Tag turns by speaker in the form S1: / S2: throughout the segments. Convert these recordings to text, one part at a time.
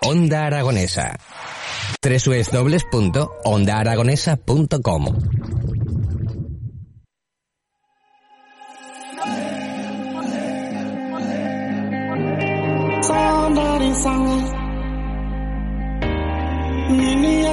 S1: Onda Aragonesa. www.ondaaragonesa.com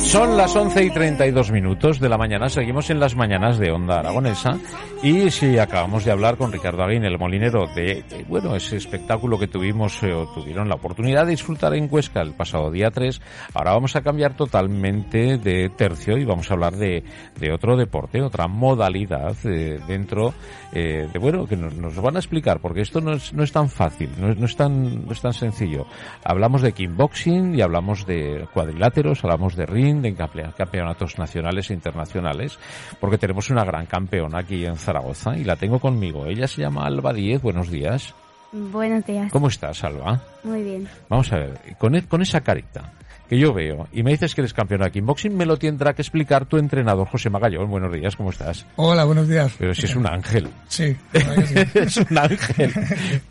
S2: Son las 11 y 32 minutos de la mañana, seguimos en las mañanas de Onda Aragonesa y si acabamos de hablar con Ricardo Aguín, el molinero, de, de, bueno, ese espectáculo que tuvimos eh, o tuvieron la oportunidad de disfrutar en Cuesca el pasado día 3, ahora vamos a cambiar totalmente de tercio y vamos a hablar de, de otro deporte, otra modalidad eh, dentro eh, de, bueno, que nos, nos lo van a explicar porque esto no es, no es tan fácil, no es, no es tan, no es tan sencillo. Hablamos de kickboxing y hablamos de cuadriláteros, hablamos de ring, de campe- campeonatos nacionales e internacionales, porque tenemos una gran campeona aquí en Zaragoza y la tengo conmigo. Ella se llama Alba Díez. Buenos días.
S3: Buenos días.
S2: ¿Cómo estás, Alba?
S3: Muy bien.
S2: Vamos a ver, con, e- con esa carita que yo veo y me dices que eres campeona de kickboxing, me lo tendrá que explicar tu entrenador José Magallón. Buenos días, ¿cómo estás?
S4: Hola, buenos días.
S2: Pero si es un ángel.
S4: Sí, la verdad que sí.
S2: es un ángel.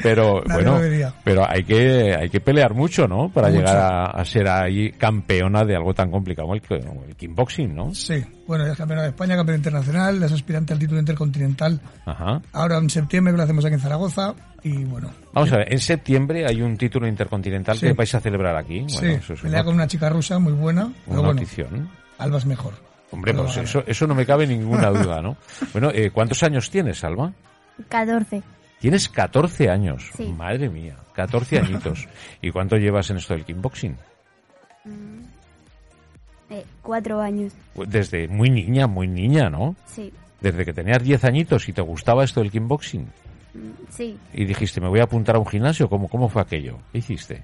S2: Pero
S4: Nadie
S2: bueno,
S4: lo diría.
S2: pero hay que hay que pelear mucho, ¿no? Para
S4: Mucho.
S2: llegar a, a ser ahí campeona de algo tan complicado como el, como el kickboxing, ¿no?
S4: Sí, bueno, ya es campeona de España, campeona internacional, es aspirante al título intercontinental.
S2: Ajá.
S4: Ahora en septiembre que lo hacemos aquí en Zaragoza y bueno,
S2: Vamos a ver, en septiembre hay un título intercontinental
S4: Sí.
S2: que vais a celebrar aquí. Bueno,
S4: sí,
S2: eso es
S4: pelea
S2: una,
S4: con una chica rusa muy buena,
S2: una
S4: pero bueno,
S2: notición.
S4: Alba es mejor.
S2: Hombre,
S4: Pero
S2: pues
S4: bueno.
S2: eso, eso no me cabe ninguna duda, ¿no? Bueno, eh, ¿cuántos años tienes, Alba?
S3: 14.
S2: Tienes 14 años.
S3: Sí.
S2: Madre mía, 14 añitos. ¿Y cuánto llevas en esto del kickboxing?
S3: Eh, cuatro años.
S2: Pues desde muy niña, muy niña, ¿no?
S3: Sí.
S2: Desde que tenías 10 añitos y te gustaba esto del kickboxing.
S3: Sí.
S2: Y dijiste, me voy a apuntar a un gimnasio. ¿Cómo, cómo fue aquello? ¿Qué hiciste?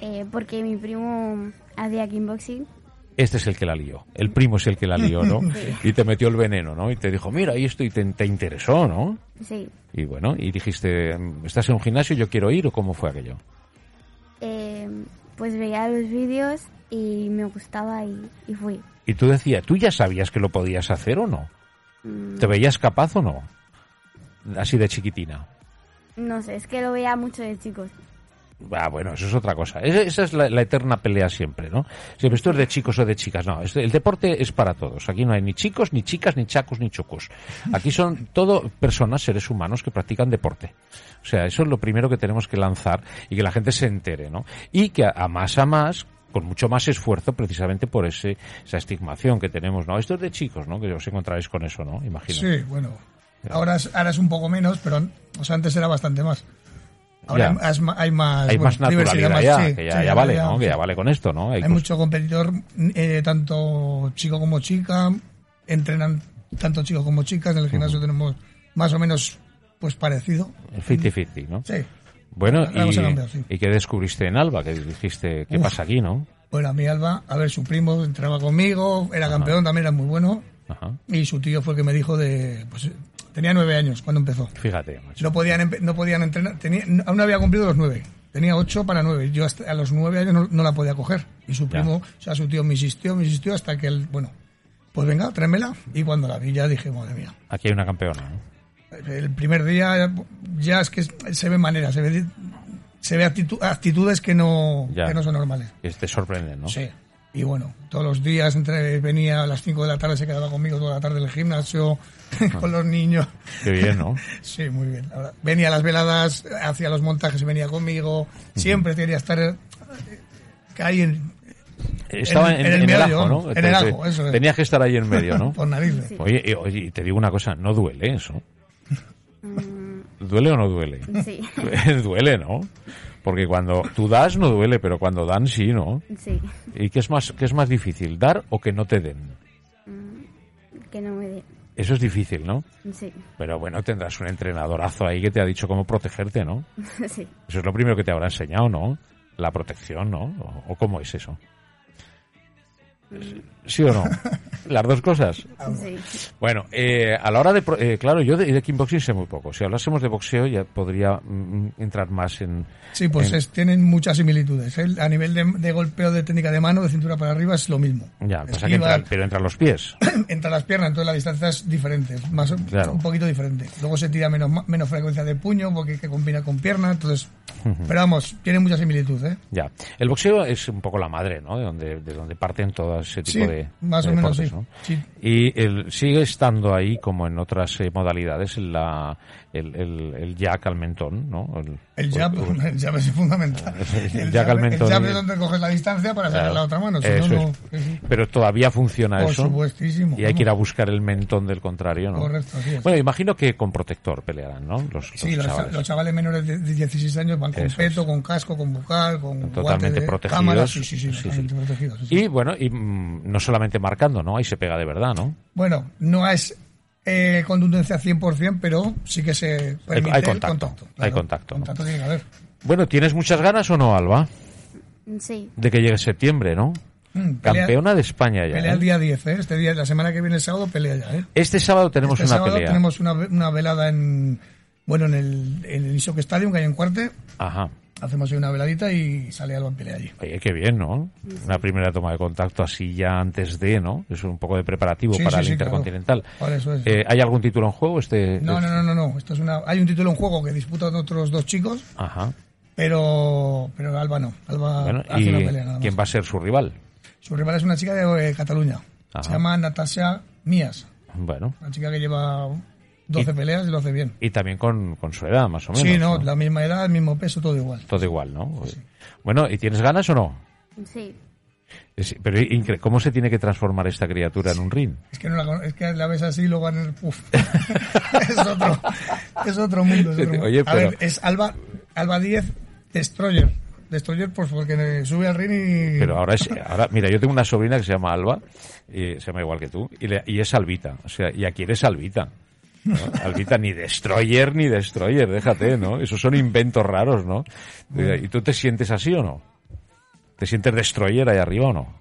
S3: Eh, porque mi primo hacía kickboxing.
S2: este es el que la lió, el primo es el que la lió, ¿no? Y te metió el veneno, ¿no? Y te dijo, mira, ahí esto y te, te interesó, ¿no?
S3: Sí.
S2: Y bueno, y dijiste, ¿estás en un gimnasio? Yo quiero ir, ¿o cómo fue aquello?
S3: Eh, pues veía los vídeos y me gustaba y, y fui.
S2: Y tú decías, ¿tú ya sabías que lo podías hacer o no?
S3: Mm,
S2: ¿Te veías capaz o no? Así de chiquitina.
S3: No sé, es que lo veía mucho de chicos.
S2: Ah, bueno, eso es otra cosa. Es- Esa es la, la eterna pelea siempre, ¿no? Siempre esto es de chicos o de chicas. No, es- el deporte es para todos. Aquí no hay ni chicos, ni chicas, ni chacos, ni chocos. Aquí son todo personas, seres humanos que practican deporte. O sea, eso es lo primero que tenemos que lanzar y que la gente se entere, ¿no? Y que a, a más a más con mucho más esfuerzo precisamente por ese, esa estigmación que tenemos, ¿no? Esto es de chicos, ¿no? Que os encontraréis con eso, ¿no? Imagino.
S4: Sí, bueno, ahora es, ahora es un poco menos, pero o sea, antes era bastante más. Ahora
S2: Ya.
S4: hay, más- hay más,
S2: Hay
S4: bueno,
S2: más
S4: diversidad,
S2: naturalidad
S4: más-
S2: ya,
S4: sí,
S2: que ya,
S4: sí,
S2: ya
S4: ahora
S2: vale, ¿no? Que ya
S4: sí.
S2: vale con esto, ¿no?
S4: Hay
S2: cosas-
S4: mucho competidor, eh, tanto chico como chica, entrenan tanto chicos como chicas, en el gimnasio tenemos más o menos pues parecido.
S2: 50-50, ¿no?
S4: Sí.
S2: Bueno,
S4: Ahora
S2: y,
S4: vamos a cambiar, sí.
S2: ¿y qué descubriste en Alba? Que dijiste, ¿qué
S4: Uf.
S2: pasa aquí, no?
S4: Bueno, a mí Alba, a ver, su primo entrenaba conmigo, era campeón, también era muy bueno,
S2: Ajá.
S4: y su tío fue el que me dijo de... Pues, eh, tenía nueve años cuando empezó.
S2: Fíjate, macho.
S4: No podían, empe- no podían entrenar, tenía, no- aún no había cumplido los nueve. Tenía ocho para nueve. Yo hasta a los nueve años no, no la podía coger. Y su
S2: Ya.
S4: primo, o sea, su tío me insistió, me insistió hasta que él, bueno, pues venga, tráemela. Y cuando la vi ya dije, madre mía.
S2: Aquí hay una campeona, ¿no?
S4: El primer día ya, ya es que se ve manera, se ve, se ve actitu- actitudes que no,
S2: Ya.
S4: que no son normales.
S2: Que te sorprenden, ¿no?
S4: Sí. Y bueno, todos los días entre, venía a las 5 de la tarde, se quedaba conmigo toda la tarde en el gimnasio, con los niños.
S2: Qué bien, ¿no?
S4: Sí, muy bien. la verdad. venía a las veladas, hacía los montajes y venía conmigo. Siempre quería estar eh, ahí en,
S2: Estaba
S4: en
S2: en,
S4: el
S2: en el
S4: medio,
S2: ajo, ¿no?
S4: en
S2: Te-
S4: el
S2: te-
S4: ajo, eso es.
S2: Tenías que estar ahí en medio, ¿no?
S4: por narices.
S3: Sí.
S2: Oye, y- oye, y te digo una cosa, no duele eso. ¿Duele o no duele?
S3: Sí.
S2: duele, ¿no? Porque cuando tú das no duele, pero cuando dan sí, ¿no?
S3: sí.
S2: ¿Y qué es más, qué es más difícil, dar o que no te den?
S3: Que no me dé.
S2: Eso es difícil, ¿no?
S3: Sí.
S2: Pero bueno, tendrás un entrenadorazo ahí que te ha dicho cómo protegerte, ¿no?
S3: sí.
S2: Eso es lo primero que te habrá enseñado, ¿no? La protección, ¿no? ¿O, o cómo es eso? ¿Sí o no? Las dos cosas.
S3: Sí.
S2: Bueno, eh, a la hora de... pro- eh, claro, yo de, de kickboxing sé muy poco. Si hablásemos de boxeo ya podría mm, entrar más en...
S4: Sí, pues
S2: en-
S4: es- tienen muchas similitudes. ¿eh? A nivel de, de golpeo de técnica de mano, de cintura para arriba, es lo mismo.
S2: Ya, pasa que
S4: Esquivar,
S2: entra- pero entran los pies.
S4: entre las piernas, entonces la distancia es diferente, más,
S2: Claro.
S4: un poquito diferente. Luego se tira menos, ma- menos frecuencia de puño porque es que combina con pierna, entonces... Pero vamos, tiene mucha similitud, ¿eh?
S2: Ya. El boxeo es un poco la madre, ¿no? De donde, de donde parten todo ese tipo
S4: Sí,
S2: de.
S4: más
S2: de
S4: o menos
S2: deportes,
S4: sí.
S2: ¿no?
S4: Sí.
S2: Y el- sigue estando ahí, como en otras eh, modalidades, la, el, el, el jack al mentón, ¿no? El,
S4: El jab, el jab es fundamental.
S2: Pues, El jab al mentón.
S4: el jab es donde coges la distancia para sacar
S2: Claro.
S4: Ah, la otra mano. si no,
S2: Eso es.
S4: no- sí, sí.
S2: Pero todavía funciona
S4: Por
S2: eso.
S4: supuestísimo.
S2: Y hay que ir a buscar el mentón del contrario, ¿no?
S4: Correcto, así es.
S2: Bueno, imagino que con protector pelearán, ¿no? Los,
S4: Sí,
S2: los
S4: los,
S2: chavales.
S4: los chavales menores de de 16 años van con
S2: Eso
S4: peto, con casco, con bucal, con guante
S2: Totalmente
S4: de
S2: protegidos.
S4: cámara. Sí, sí, sí,
S2: Sí, sí.
S4: totalmente protegidos. sí, sí.
S2: Y bueno, y mm, no solamente marcando, ¿no? Ahí se pega de verdad, ¿no?
S4: Bueno, no es eh, contundencia 100%, pero sí que se permite
S2: hay
S4: el
S2: contacto, hay
S4: claro.
S2: contacto, ¿no?
S4: Contacto tiene que haber.
S2: Bueno, ¿tienes muchas ganas o no, Alba?
S3: Sí.
S2: De que llegue septiembre, ¿no?
S4: Mm, pelea-
S2: Campeona de España ya.
S4: Pelea
S2: ¿eh?
S4: el día 10, ¿eh? Este día, la semana que viene, el sábado, pelea ya, ¿eh?
S2: Este sábado tenemos
S4: Este
S2: una
S4: sábado
S2: pelea.
S4: tenemos una, ve- una velada en... Bueno, en el, en el Isoc Stadium, que hay en Cuarte,
S2: Ajá.
S4: hacemos ahí una veladita y sale Alba en pelea allí.
S2: Oye, qué bien, ¿no? Una primera toma de contacto así ya antes de, ¿no? Es un poco de preparativo
S4: Sí, sí,
S2: para el
S4: sí, claro.
S2: Intercontinental.
S4: Por eso es.
S2: Eh, ¿Hay algún título en juego? Este,
S4: No,
S2: este-
S4: no, no, no, no. Esto es una, hay un título en juego que disputan otros dos chicos,
S2: Ajá.
S4: pero, pero Alba no. Alba
S2: Bueno,
S4: Ah, hace
S2: ¿y
S4: una pelea nada más.
S2: quién va a ser su rival?
S4: Su rival es una chica de eh, Cataluña.
S2: Ajá.
S4: Se llama Natasha Mías.
S2: Bueno,
S4: Una chica que lleva 12 peleas y lo hace bien.
S2: y también con, con su edad, más o menos.
S4: sí, no, la misma edad, el mismo peso, todo igual.
S2: Todo igual, ¿no? Bueno, ¿y tienes ganas o no?
S3: Sí.
S2: Es- pero incre- ¿cómo se tiene que transformar esta criatura en un ring?
S4: Es que, no la, cono- es que la ves así y luego van uf. es, otro, es otro mundo. es otro mundo.
S2: Oye,
S4: A ver,
S2: pero-
S4: es Alba, Alba 10, Destroyer. Destroyer, pues porque sube al ring y.
S2: Pero ahora es, ahora, mira, yo tengo una sobrina que se llama Alba, y se llama igual que tú, y, le- y es Albita, o sea, y aquí eres Albita. ¿no? Albita, ni destroyer ni destroyer, déjate, ¿no? Esos son inventos raros, ¿no? Eh, ¿Y tú te sientes así o no? ¿Te sientes destroyer ahí arriba o no?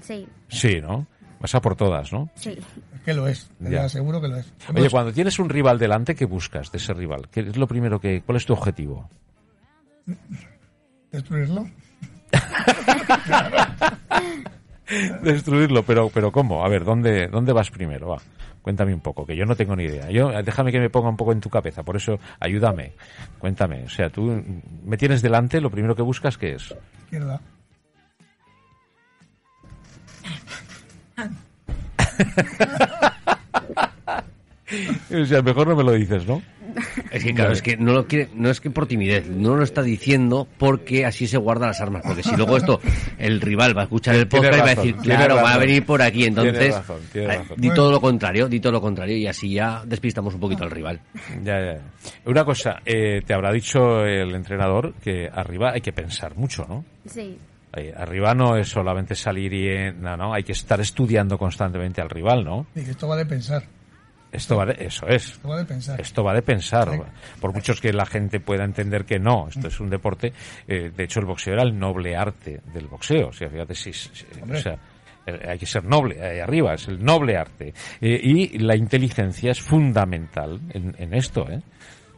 S3: Sí.
S2: Sí, ¿no? Vas a por todas, ¿no?
S3: Sí.
S4: Es que lo es, te
S2: Ya.
S4: lo aseguro que lo es.
S2: Oye, cuando tienes un rival delante, ¿qué buscas de ese rival? ¿Qué es lo primero que, cuál es tu objetivo?
S4: ¿Destruirlo?
S2: Destruirlo, pero, pero ¿cómo? A ver, ¿dónde, ¿dónde vas primero? Va, cuéntame un poco, que yo no tengo ni idea. Yo, déjame que me ponga un poco en tu cabeza, por eso ayúdame, cuéntame. O sea, tú mm, me tienes delante, lo primero que buscas, ¿qué es?
S4: Izquierda.
S2: O sea, mejor no me lo dices, ¿no?
S5: Es que claro, es que no lo quiere, no es que por timidez, no lo está diciendo porque así se guardan las armas, porque si luego esto, el rival va a escuchar el
S2: Tiene
S5: podcast y va a
S2: razón,
S5: decir,
S2: tiene
S5: claro, va a
S2: razón.
S5: venir por aquí,
S2: Tiene
S5: entonces
S2: razón, tiene
S5: ay,
S2: razón.
S5: di todo lo contrario, di todo lo contrario y así ya despistamos un poquito al rival.
S2: Ya, ya, ya. Una cosa, eh, te habrá dicho el entrenador que arriba hay que pensar mucho, ¿no?
S3: Sí.
S2: Eh, Arriba no es solamente salir y... eh, No, no, hay que estar estudiando constantemente al rival, ¿no?
S4: Dice, esto va de pensar,
S2: Esto va de- eso es.
S4: esto va de pensar.
S2: Esto va de pensar. Por muchos que la gente pueda entender que no, esto es un deporte. eh, de hecho, el boxeo era el noble arte del boxeo. O sea, fíjate, si, si-
S4: Hombre.
S2: o sea, eh, hay que ser noble ahí arriba, es el noble arte. Eh, y la inteligencia es fundamental en, en esto, ¿eh?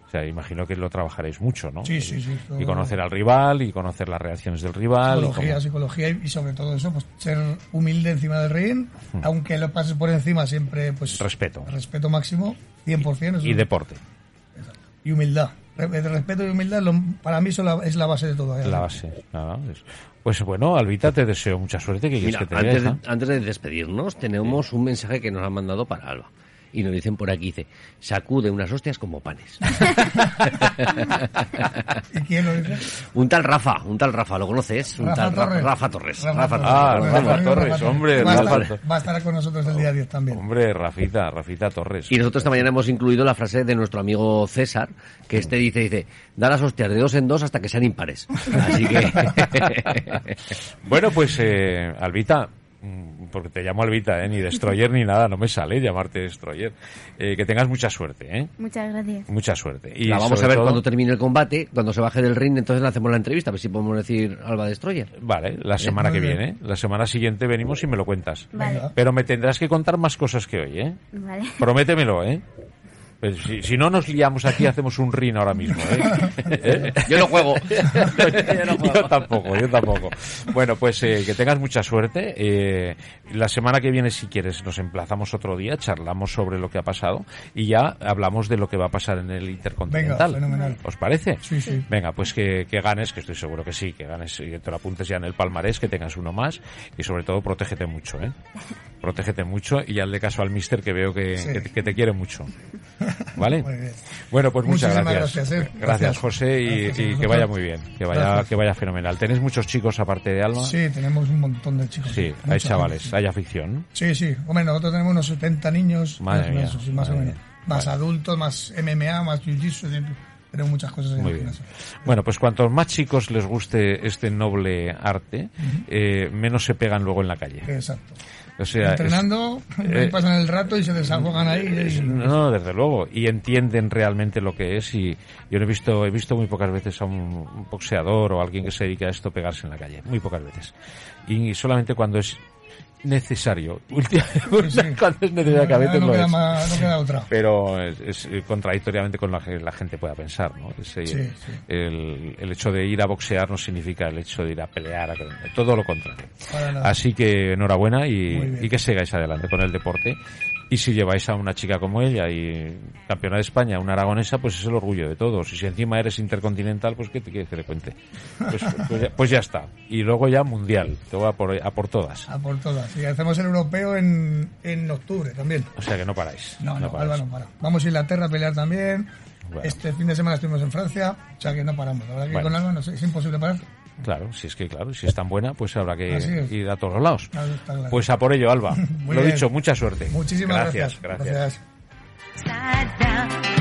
S2: O sea, imagino que lo trabajaréis mucho, ¿no? Eh,
S4: Sí, sí, sí,
S2: Y
S4: todo.
S2: conocer al rival, y conocer las reacciones del rival. y
S4: Psicología,
S2: cómo-
S4: psicología y, y sobre todo eso, pues ser humilde encima del ring, aunque lo pases por encima siempre, pues...
S2: Hmm. Respeto.
S4: Respeto máximo, 100%. eso
S2: y
S4: es-
S2: deporte,
S4: y humildad. Re- Respeto y humildad lo- para mí son la- es la base de todo. ¿eh?
S2: la base. nada más. Pues bueno, Albita, te deseo mucha suerte. que quieres
S5: Mira,
S2: que te
S5: antes,
S2: diga,
S5: de,
S2: hija?
S5: antes de despedirnos, tenemos un mensaje que nos han mandado para Alba. Y nos dicen por aquí, dice, sacude unas hostias como panes.
S4: ¿Y quién lo dice?
S5: Un tal Rafa, un tal Rafa, ¿lo conoces? Un
S4: Rafa
S5: tal Ra-
S4: Torres.
S5: Rafa Torres.
S4: Rafa
S5: Rafa
S4: Torres.
S2: Ah,
S5: Torres.
S2: Rafa
S4: Rafa
S2: Torres, hombre,
S4: Va a,
S2: Rafa Torres.
S4: estar, va a estar con nosotros el día 10 también.
S2: Hombre, Rafita, Rafita Torres.
S5: Y nosotros esta mañana hemos incluido la frase de nuestro amigo César, que este dice, dice, da las hostias de dos en dos hasta que sean impares. Así que...
S2: Bueno, pues eh, Albita, mm, porque te llamo Albita, ¿eh? ni Destroyer ni nada, no me sale llamarte Destroyer. Eh, que tengas mucha suerte, ¿eh?
S3: Muchas gracias.
S2: Mucha suerte. Y
S5: la vamos
S2: sobre
S5: a ver
S2: todo-
S5: cuando termine el combate, cuando se baje del ring, entonces le hacemos la entrevista, a ver si podemos decir Alba Destroyer.
S2: Vale,
S5: Eh,
S2: la semana
S4: muy
S2: que
S4: bien.
S2: viene. La semana siguiente venimos y me lo cuentas.
S3: Vale,
S2: Pero me tendrás que contar más cosas que hoy, ¿eh?
S3: vale.
S2: Prométemelo, ¿eh? Pues si, si no nos liamos aquí, hacemos un rin ahora mismo, ¿eh?
S5: Yo no juego.
S2: yo tampoco, yo tampoco. Bueno, pues eh, que tengas mucha suerte. Eh, la semana que viene, si quieres, nos emplazamos otro día, charlamos sobre lo que ha pasado y ya hablamos de lo que va a pasar en el Intercontinental.
S4: Venga, fenomenal.
S2: ¿Os parece?
S4: Sí, sí.
S2: Venga, pues que, que ganes, que estoy seguro que sí, que ganes y que te lo apuntes ya en el palmarés, que tengas uno más y sobre todo protégete mucho, ¿eh? Protégete mucho y hazle caso al mister que veo que,
S4: Sí.
S2: que, que te quiere mucho. ¿Vale?
S4: Muy bien.
S2: Bueno, pues muchas
S4: Muchísimas
S2: gracias.
S4: gracias, ¿eh?
S2: Gracias,
S4: Gracias.
S2: José, y,
S4: Gracias a
S2: y que
S4: vosotros.
S2: vaya muy bien, que vaya,
S4: Gracias.
S2: que vaya fenomenal. ¿Tenéis muchos chicos aparte de Alma?
S4: Sí, tenemos un montón de chicos.
S2: Sí, hay
S4: Mucha
S2: chavales,
S4: gente,
S2: hay afición.
S4: Sí, sí. sí. Hombre, nosotros tenemos unos 70 niños.
S2: Madre
S4: más o
S2: mía,
S4: menos, sí, más
S2: madre
S4: o menos.
S2: mía.
S4: Más
S2: Vale.
S4: adultos, más MMA, más jiu-jitsu. siempre. Tenemos muchas cosas en
S2: Muy
S4: el
S2: bien.
S4: gimnasio.
S2: Bueno, pues cuantos más chicos les guste este noble arte, eh, menos se pegan luego en la calle.
S4: Exacto.
S2: O sea, es-
S4: Eh, Entrenando,
S2: eh,
S4: pasan el rato y se desahogan ahí.
S2: Es-
S4: y-
S2: no, no, desde luego. Y entienden realmente lo que es. Y yo no he visto, he visto muy pocas veces a un, un boxeador o a alguien que se dedica a esto pegarse en la calle. Muy pocas veces. Y, solamente cuando es necesario. Últimamente,
S4: sí.
S2: cuando es necesario que a veces
S4: no,
S2: lo
S4: queda
S2: es.
S4: más- no queda otra.
S2: Pero es, es, eh, contradictoriamente con lo que la gente pueda pensar, ¿no? Ese-
S4: Sí, sí.
S2: El, el hecho de ir a boxear no significa el hecho de ir a pelear, a- todo lo contrario.
S4: Para nada.
S2: Así que enhorabuena
S4: Muy
S2: y,
S4: bien.
S2: y que sigáis adelante con el deporte. Y si lleváis a una chica como ella y campeona de España, una aragonesa, pues es el orgullo de todos. Y si encima eres intercontinental, pues ¿qué te quieres que le cuente? Pues, pues ya, pues ya está. Y luego ya mundial. Te voy a por, a por todas.
S4: A por todas. Y hacemos el europeo en, en octubre también.
S2: O sea que no paráis.
S4: No, no,
S2: paráis.
S4: Alba no para. Vamos a Inglaterra a pelear también.
S2: Bueno.
S4: Este fin de semana estuvimos en Francia, o sea que no paramos. La verdad que
S2: Bueno.
S4: con Alba no sé, es imposible parar.
S2: Claro, si es que claro, si es tan buena, pues habrá que
S4: Así es.
S2: ir a todos lados.
S4: Claro, está claro.
S2: Pues a por ello, Alba.
S4: Muy
S2: Lo
S4: bien.
S2: dicho, mucha suerte.
S4: Muchísimas
S2: gracias. gracias.
S4: gracias.
S6: upside down.